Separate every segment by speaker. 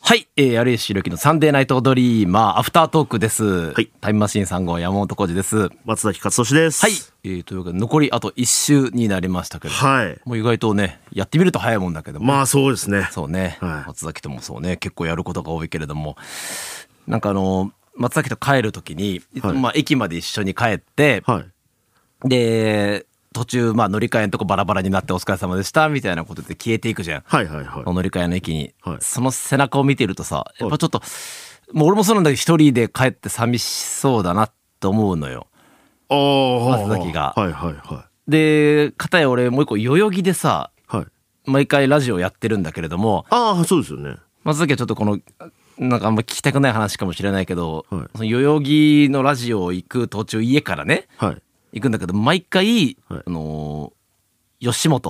Speaker 1: はい、えー、有吉弘樹のサンデーナイトドリーマーアフタートークです。
Speaker 2: はい
Speaker 1: タイムマシーン3号山本浩二です。はい、
Speaker 2: 松崎勝利です。
Speaker 1: えー、というわけで残りあと1週になりましたけど、
Speaker 2: はい。
Speaker 1: もう意外とね、やってみると早いもんだけども、
Speaker 2: まあそうですね。
Speaker 1: そうね、
Speaker 2: はい
Speaker 1: 松崎ともそうね、結構やることが多いけれども、なんかあの、松崎と帰るときに、
Speaker 2: はい
Speaker 1: まあ駅まで一緒に帰って、
Speaker 2: はい。
Speaker 1: で、途中、まあ乗り換えのとこバラバラになってお疲れ様でした、みたいなことで消えていくじゃん。
Speaker 2: はいはいはい。
Speaker 1: 乗り換えの駅に、
Speaker 2: はい
Speaker 1: その背中を見てるとさやっぱちょっと、もう俺もそうなんだけど一人で帰って寂しそうだなと思うのよ
Speaker 2: ああ、
Speaker 1: 松崎が
Speaker 2: はいはいは
Speaker 1: で片や俺もう一個代々木でさ
Speaker 2: い。はい。
Speaker 1: 毎回ラジオやってるんだけれども
Speaker 2: ああ、そうですよね。
Speaker 1: 松崎はちょっとこのなんかあんま聞きたくない話かもしれないけど、
Speaker 2: はい
Speaker 1: その代々木のラジオ行く途中家からね
Speaker 2: はい。
Speaker 1: 行くんだけど毎回、
Speaker 2: はい
Speaker 1: あのー吉 本、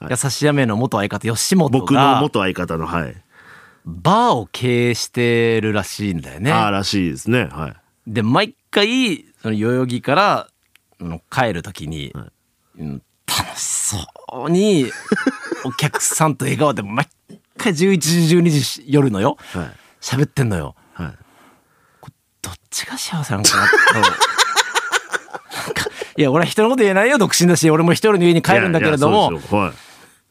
Speaker 2: は
Speaker 1: 優しい雨の元相方吉本が
Speaker 2: 僕の元相方の、はい。
Speaker 1: バーを経営してるらしいんだよね。
Speaker 2: ああ、らしいですね。はい。
Speaker 1: で毎回その代々木からあの帰る時に、
Speaker 2: は
Speaker 1: うん楽しそうに お客さんと笑顔で毎回11時12時夜のよ
Speaker 2: はい。
Speaker 1: 喋ってんのよ
Speaker 2: はい。
Speaker 1: どっちが幸せなのかなとなんかいや俺は人のこと言えないよ独身だし俺も一人の家に帰るんだけれど
Speaker 2: いや
Speaker 1: も
Speaker 2: いやそうですよは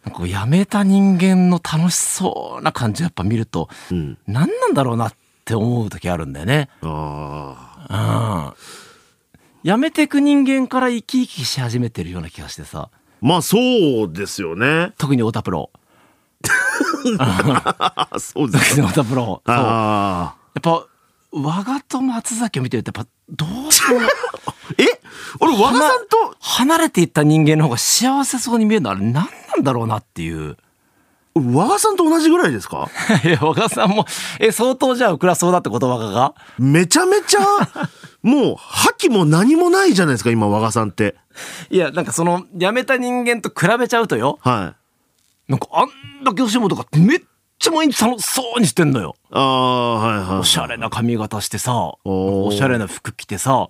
Speaker 1: なんかこうやめた人間の楽しそうな感じをやっぱ見ると、
Speaker 2: い。うん。
Speaker 1: 何なんだろうなって思う時あるんだよね。
Speaker 2: あ
Speaker 1: うんやめてく人間から生き生きし始めてるような気がしてさ
Speaker 2: あ。まあそうですよね。
Speaker 1: 特に太田プロ
Speaker 2: ああ、そうで
Speaker 1: 特
Speaker 2: す
Speaker 1: に
Speaker 2: ね。
Speaker 1: 太田プロ そうや
Speaker 2: ああ。
Speaker 1: っぱ和賀と松崎を見てるとやっぱどうしても
Speaker 2: え俺、 和田さんと、
Speaker 1: 離れていった人間の方が幸せそうに見えるのはあれ何なんだろうなっていう
Speaker 2: 俺和田さんと同じぐらいですか
Speaker 1: いや和賀さんもえ相当じゃあ暗そうだってこと和賀が
Speaker 2: めちゃめ ちゃ、もう、覇気も何もないじゃないですか、今、和賀さんって。
Speaker 1: いやなんかそのやめた人間と比べちゃうとよ
Speaker 2: はい。
Speaker 1: なんかあんだけ吉本がめっちゃ毎日楽しそうにしてんのよ
Speaker 2: ああ、はいはい。
Speaker 1: おしゃれな髪型してさ
Speaker 2: おー
Speaker 1: おしゃれな服着てさ、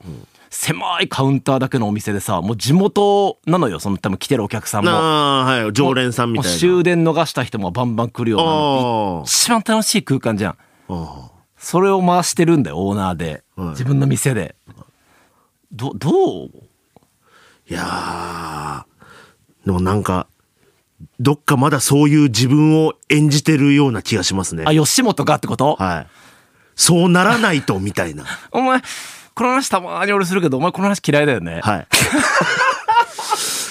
Speaker 1: 狭いカウンターだけのお店でさもう地元なのよその多分来てるお客さんも
Speaker 2: ああ、はい。常連さんみ
Speaker 1: もう
Speaker 2: たいな。
Speaker 1: 終電逃した人もバンバン来るような
Speaker 2: あ
Speaker 1: 一番楽しい空間じゃん
Speaker 2: ああ
Speaker 1: それを回してるんだよオーナーで、
Speaker 2: はい
Speaker 1: 自分の店でどどう
Speaker 2: あ。いやーでもなんか、どっかまだそういう自分を演じてるような気がしますね
Speaker 1: あ。吉本がってこと、
Speaker 2: はい。そうならないと、みた いな。
Speaker 1: お前この話たまに俺するけどお前この話嫌いだよね、
Speaker 2: はい。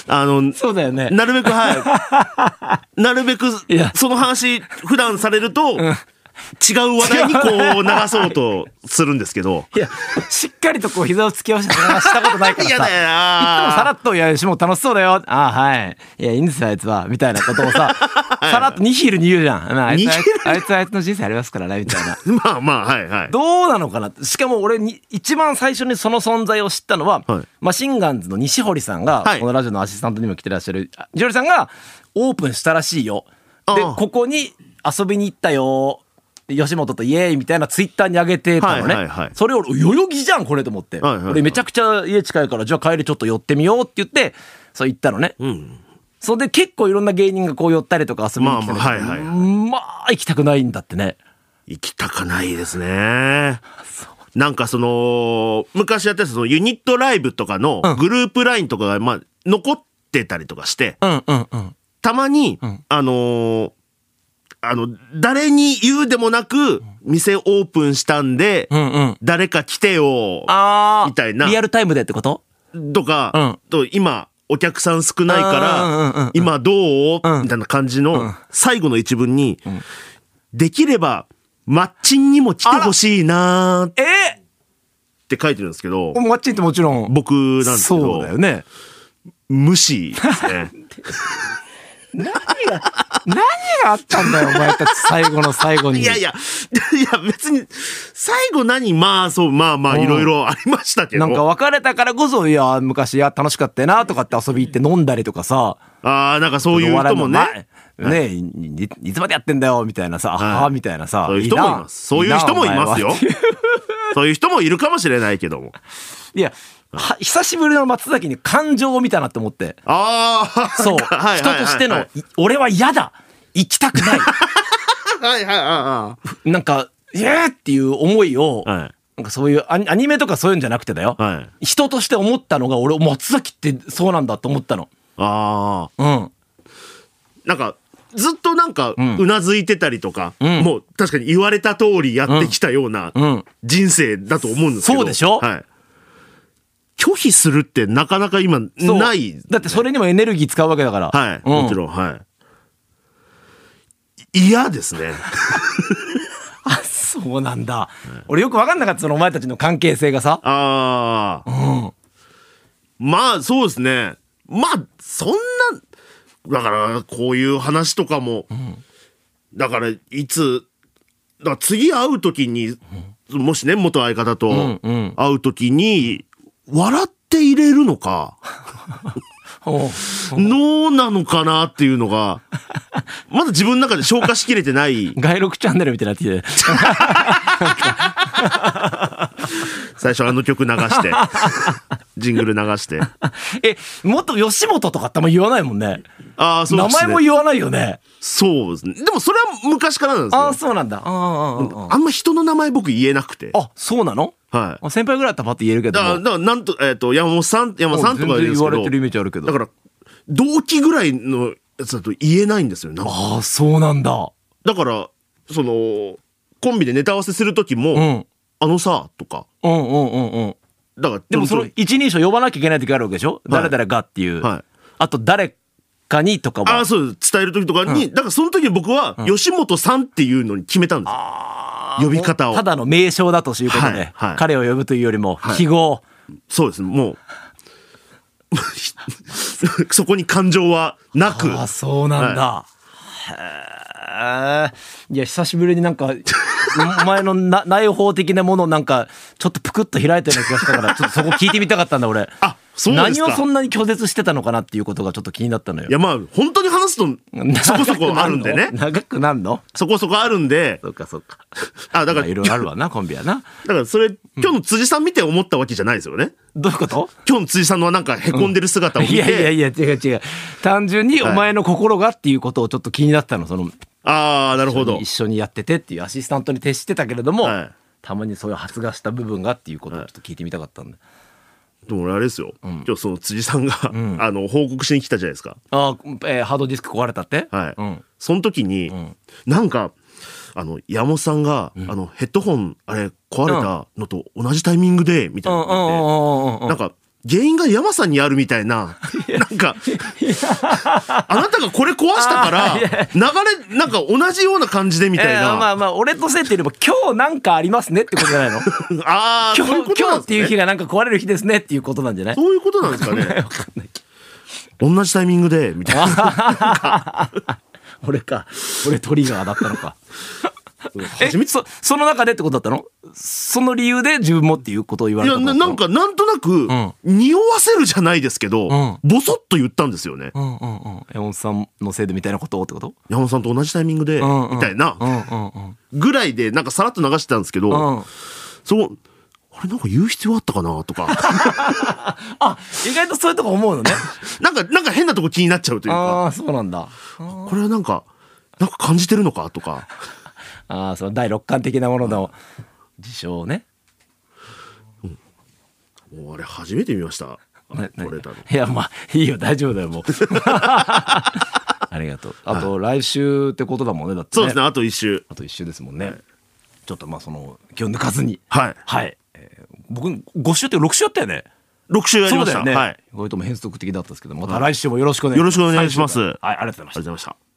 Speaker 2: あの、
Speaker 1: そうだよね
Speaker 2: なるべく、はい。なるべく
Speaker 1: いや、
Speaker 2: その話、普段されると、違う話題にこう流そうとするんですけど。
Speaker 1: いや しっかりとこう膝を突き合わせてその話したことないから
Speaker 2: 嫌
Speaker 1: さ
Speaker 2: だよ
Speaker 1: いつもさら
Speaker 2: な
Speaker 1: っと「いや吉本楽しそうだよ」「ああはい」「いやいいんですよあいつは」みたいなことをささらっとニヒルに言うじゃん「まあ、あいつは
Speaker 2: ニヒル
Speaker 1: あいつはあいつの人生ありますからね」みたいな
Speaker 2: まあまあ、はいはい。
Speaker 1: どうなのかなってしかも俺に一番最初にその存在を知ったのは、
Speaker 2: はい
Speaker 1: マシンガンズの西堀さんが、
Speaker 2: はい
Speaker 1: このラジオのアシスタントにも来てらっしゃるあ西堀さんがオープンしたらしいよで
Speaker 2: ああ
Speaker 1: ここに遊びに行ったよで吉本とイエーイみたいなツイッターに上げてたのね、
Speaker 2: はいはいはい
Speaker 1: それを俺代々木じゃんこれと思って、
Speaker 2: はいはいはい
Speaker 1: 俺めちゃくちゃ家近いからじゃあ帰りちょっと寄ってみようって言ってそう行ったのね、
Speaker 2: うん。
Speaker 1: それで結構いろんな芸人がこう寄ったりとか遊びに来てるんだけど
Speaker 2: まあまあはいはい
Speaker 1: まあ行きたくないんだってね
Speaker 2: 行きたくないですね。なんかその、昔やってたそのユニットライブとかのグループラインとかが、まあ、残ってたりとかして、
Speaker 1: うんうんうん
Speaker 2: たまに、
Speaker 1: ん
Speaker 2: あのーあの、誰に言うでもなく、店オープンしたんで、
Speaker 1: うんうん
Speaker 2: 誰か来てよ、
Speaker 1: あー
Speaker 2: みたいな
Speaker 1: リアルタイムでってこと
Speaker 2: とか、と今、お客さん少ないか
Speaker 1: うんうんうんうん
Speaker 2: ら、今どう、
Speaker 1: うん
Speaker 2: みたいな感じ
Speaker 1: ん
Speaker 2: の最後の一文に、できれば、マッチンにも来てほしいなーっ
Speaker 1: え
Speaker 2: って書いてるんですけど
Speaker 1: ー、、マッチンってもちろん
Speaker 2: 僕なんですけ
Speaker 1: そう
Speaker 2: ど
Speaker 1: だ、よね
Speaker 2: 無視です ね。
Speaker 1: 何があった んだよお前たち最後の最後に
Speaker 2: いやい や、いや別に、最後何まあそう、まあまあ
Speaker 1: うん
Speaker 2: いろいろありましたけど。
Speaker 1: なんか別れたからこそいや昔いや楽しかったよなとかって遊び行って飲んだりとかさ
Speaker 2: ああ、なんかそういう人も
Speaker 1: お
Speaker 2: ね。
Speaker 1: 笑いの前ねいいいつまでやってんだよみたいなさ、ああみたいなさ
Speaker 2: そういう人もい
Speaker 1: な
Speaker 2: ます。そういう人もいますよ
Speaker 1: なお前はっていう。
Speaker 2: そういう人もいるかもしれないけども。
Speaker 1: いやは久しぶりの松崎に感情を見たなと思って
Speaker 2: ああ、
Speaker 1: そう
Speaker 2: はいはいはいはい
Speaker 1: 人としてのい俺は嫌だ行きたくない
Speaker 2: はいはいは
Speaker 1: なんか、イエーっていう思いを、
Speaker 2: いはい。はい。
Speaker 1: なんかそういうアニアニメとかそういうんじゃなくてだよ。
Speaker 2: はい。
Speaker 1: 人として思ったのが、俺、松崎ってそうなんだと思ったの。
Speaker 2: ああ。
Speaker 1: うん。
Speaker 2: なんか、ずっとなんか、
Speaker 1: ん
Speaker 2: うなずいてたりとか、
Speaker 1: ん
Speaker 2: もう確かに言われた通りやってきたような
Speaker 1: うん。
Speaker 2: 人生だと思うんですけど。
Speaker 1: そうでしょ
Speaker 2: はい。拒否するってなかなか今、
Speaker 1: そう
Speaker 2: ない。
Speaker 1: だってそれにもエネルギー使うわけだから。
Speaker 2: はい。
Speaker 1: う
Speaker 2: もちろん、はい。嫌ですね。
Speaker 1: あ、そうなんだ。俺よくわかんなかった、そのお前たちの関係性がさ。
Speaker 2: ああ。まあ、そうですね。まあ、そんな、だから、こういう話とかも、だから、いつ、だから次会うときに、もしね、元相方と
Speaker 1: うんうん
Speaker 2: 会うときに、笑って入れるのか、
Speaker 1: おう
Speaker 2: 脳なのかなっていうのが、まだ自分の中で消化しきれてない、
Speaker 1: 外録チャンネルみたいになってきて。
Speaker 2: 最初あの曲流して、ジングル流して。
Speaker 1: え、元吉本とかってあんま言わないもんね。
Speaker 2: ああ、そう
Speaker 1: 名
Speaker 2: ですね。
Speaker 1: 前も言わないよね。
Speaker 2: そうですね。でもそれは昔からなんです
Speaker 1: あ
Speaker 2: よ
Speaker 1: あ、。そうなんだ。あああああ
Speaker 2: あんま人の名前僕言えなくて。
Speaker 1: あ
Speaker 2: はい。
Speaker 1: あ、そうなの
Speaker 2: だか
Speaker 1: あ先輩ぐらいだったらパッと言えるけども。
Speaker 2: ら、だからなんと、えっ、と、山本さん、山
Speaker 1: もう
Speaker 2: 本さんとか
Speaker 1: 全
Speaker 2: 言う
Speaker 1: 然
Speaker 2: んで
Speaker 1: 言
Speaker 2: すけ
Speaker 1: われてるイメ
Speaker 2: ど、
Speaker 1: ージあるけど。
Speaker 2: だから、同期ぐらいのやつだと言えないんですよ。なんか
Speaker 1: ああ、そうなんだ。
Speaker 2: だから、その、コンビでネタ合わせする時も、
Speaker 1: うん。
Speaker 2: あのさ、とか。
Speaker 1: うんうんうんうん。
Speaker 2: だから、
Speaker 1: でもその
Speaker 2: ちょ
Speaker 1: 一人称呼ばなきゃいけない時あるわけでしょ、誰々がっていう。
Speaker 2: はい
Speaker 1: あと誰かにとか
Speaker 2: あ
Speaker 1: は
Speaker 2: あ、。そうです、伝える時とかに、だからその時僕は、吉本さんっていうのに決めたんですよ。呼び方を
Speaker 1: た。だの名称だということで、
Speaker 2: はいはい
Speaker 1: 彼を呼ぶというよりも
Speaker 2: はい
Speaker 1: 記号、
Speaker 2: そうです、もう。 そこに感情はなく。
Speaker 1: ああそうなんだ、へえいや久しぶりになんか お前のな内包的なものをなんかちょっとぷくっと開いたような気がしたからちょっとそこ聞いてみたかったんだ俺
Speaker 2: あそうですか
Speaker 1: 何をそんなに拒絶してたのかなっていうことがちょっと気になったのよ
Speaker 2: いやまあ本当に話すとそこそこあるんでね
Speaker 1: 長くなんの
Speaker 2: そこそこあるんで
Speaker 1: そうかそうか
Speaker 2: あだ
Speaker 1: だからら
Speaker 2: か
Speaker 1: いろいろあるわなコンビはな
Speaker 2: だからそれ今日の辻さん見て思ったわけじゃないですよね
Speaker 1: どういうこと
Speaker 2: 今日の辻さんのなんかへこんでる姿を見
Speaker 1: い
Speaker 2: て、
Speaker 1: やいやいや違う違う単純に
Speaker 2: はい
Speaker 1: お前の心がっていうことをちょっと気になったのその
Speaker 2: ああなるほど
Speaker 1: 一緒にやっててっていうアシスタントに徹してたけれども、
Speaker 2: はい
Speaker 1: たまにそういう発芽した部分がっていうことをちょっと聞いてみたかったんで、
Speaker 2: でも俺あれですよ、今日その辻さんが、あの報告しに来たじゃないですか
Speaker 1: ああ、えーハードディスク壊れたって、
Speaker 2: はい、
Speaker 1: うん、
Speaker 2: その時に、なんかあの山本さんが、あのヘッドホンあれ壊れたのと同じタイミングでみた
Speaker 1: う
Speaker 2: い
Speaker 1: ん
Speaker 2: な
Speaker 1: う
Speaker 2: のがあ
Speaker 1: んう
Speaker 2: って
Speaker 1: んうんう
Speaker 2: なんんか、原因が山さんにあるみたいな、なんか、あなたがこれ壊した から、流れ、なんか同じような感じでみたい
Speaker 1: えーま
Speaker 2: な。
Speaker 1: あまあ俺とせいっていうよりも今日なんかありますねってことじゃないの
Speaker 2: ああ、
Speaker 1: 今
Speaker 2: そういうこ
Speaker 1: 日
Speaker 2: と
Speaker 1: 今
Speaker 2: な
Speaker 1: 日
Speaker 2: ん
Speaker 1: っ
Speaker 2: で
Speaker 1: ていう
Speaker 2: す
Speaker 1: 日
Speaker 2: ね。
Speaker 1: がなんか壊れる日ですねっていうことなんじゃない
Speaker 2: そういうことなんですかね。
Speaker 1: わかん ないけど
Speaker 2: 同じタイミングで、 みたいな。
Speaker 1: 俺か俺トリガーだったのか え
Speaker 2: 初め
Speaker 1: そその中でってことだったのその理由で自分もっていうことを言わ
Speaker 2: い
Speaker 1: れた
Speaker 2: や、
Speaker 1: ことだ
Speaker 2: な
Speaker 1: った
Speaker 2: な
Speaker 1: の
Speaker 2: んか、なんとなく
Speaker 1: ん、
Speaker 2: 匂わせるじゃないですけど、
Speaker 1: ん
Speaker 2: ボソッと言ったんですよね。
Speaker 1: うんうんうんえおんさんのせいでみたいなことをってこと
Speaker 2: 山本さんと同じタイミングで、
Speaker 1: うんうん
Speaker 2: みたいな
Speaker 1: う、んうんうん
Speaker 2: ぐらいで、なんかさらっと流してたんですけ
Speaker 1: う
Speaker 2: ど、
Speaker 1: ん
Speaker 2: そう、あれなんか言う必要あったかな とか、
Speaker 1: あ意外とそういうとこ思う のね
Speaker 2: なんか、なんか変なとこ気になっちゃうというか。
Speaker 1: ああそうなんだ
Speaker 2: これはなんか、なんか感じてるのかとか。
Speaker 1: ああその第六感的なものの事象をね
Speaker 2: もうあれ初めて見ました。あ
Speaker 1: なな
Speaker 2: 取れたの。
Speaker 1: いやまあいいよ大丈夫だよ もう ありがとうあと来週ってことだもんねだって
Speaker 2: そうです
Speaker 1: ね
Speaker 2: ね、あと一周。
Speaker 1: あと一週ですもんね、ちょっとまあその気を抜かずに
Speaker 2: はい。
Speaker 1: はい、えー僕五週って六週やったよね
Speaker 2: 6周やり
Speaker 1: そう
Speaker 2: ま
Speaker 1: だ
Speaker 2: した。
Speaker 1: よね、
Speaker 2: はい。ありがと
Speaker 1: 意外とも変則的だったんですけどまた来週もよろしくお願い
Speaker 2: よろしくお願いします
Speaker 1: 最終回はいありがとうございました
Speaker 2: うございました。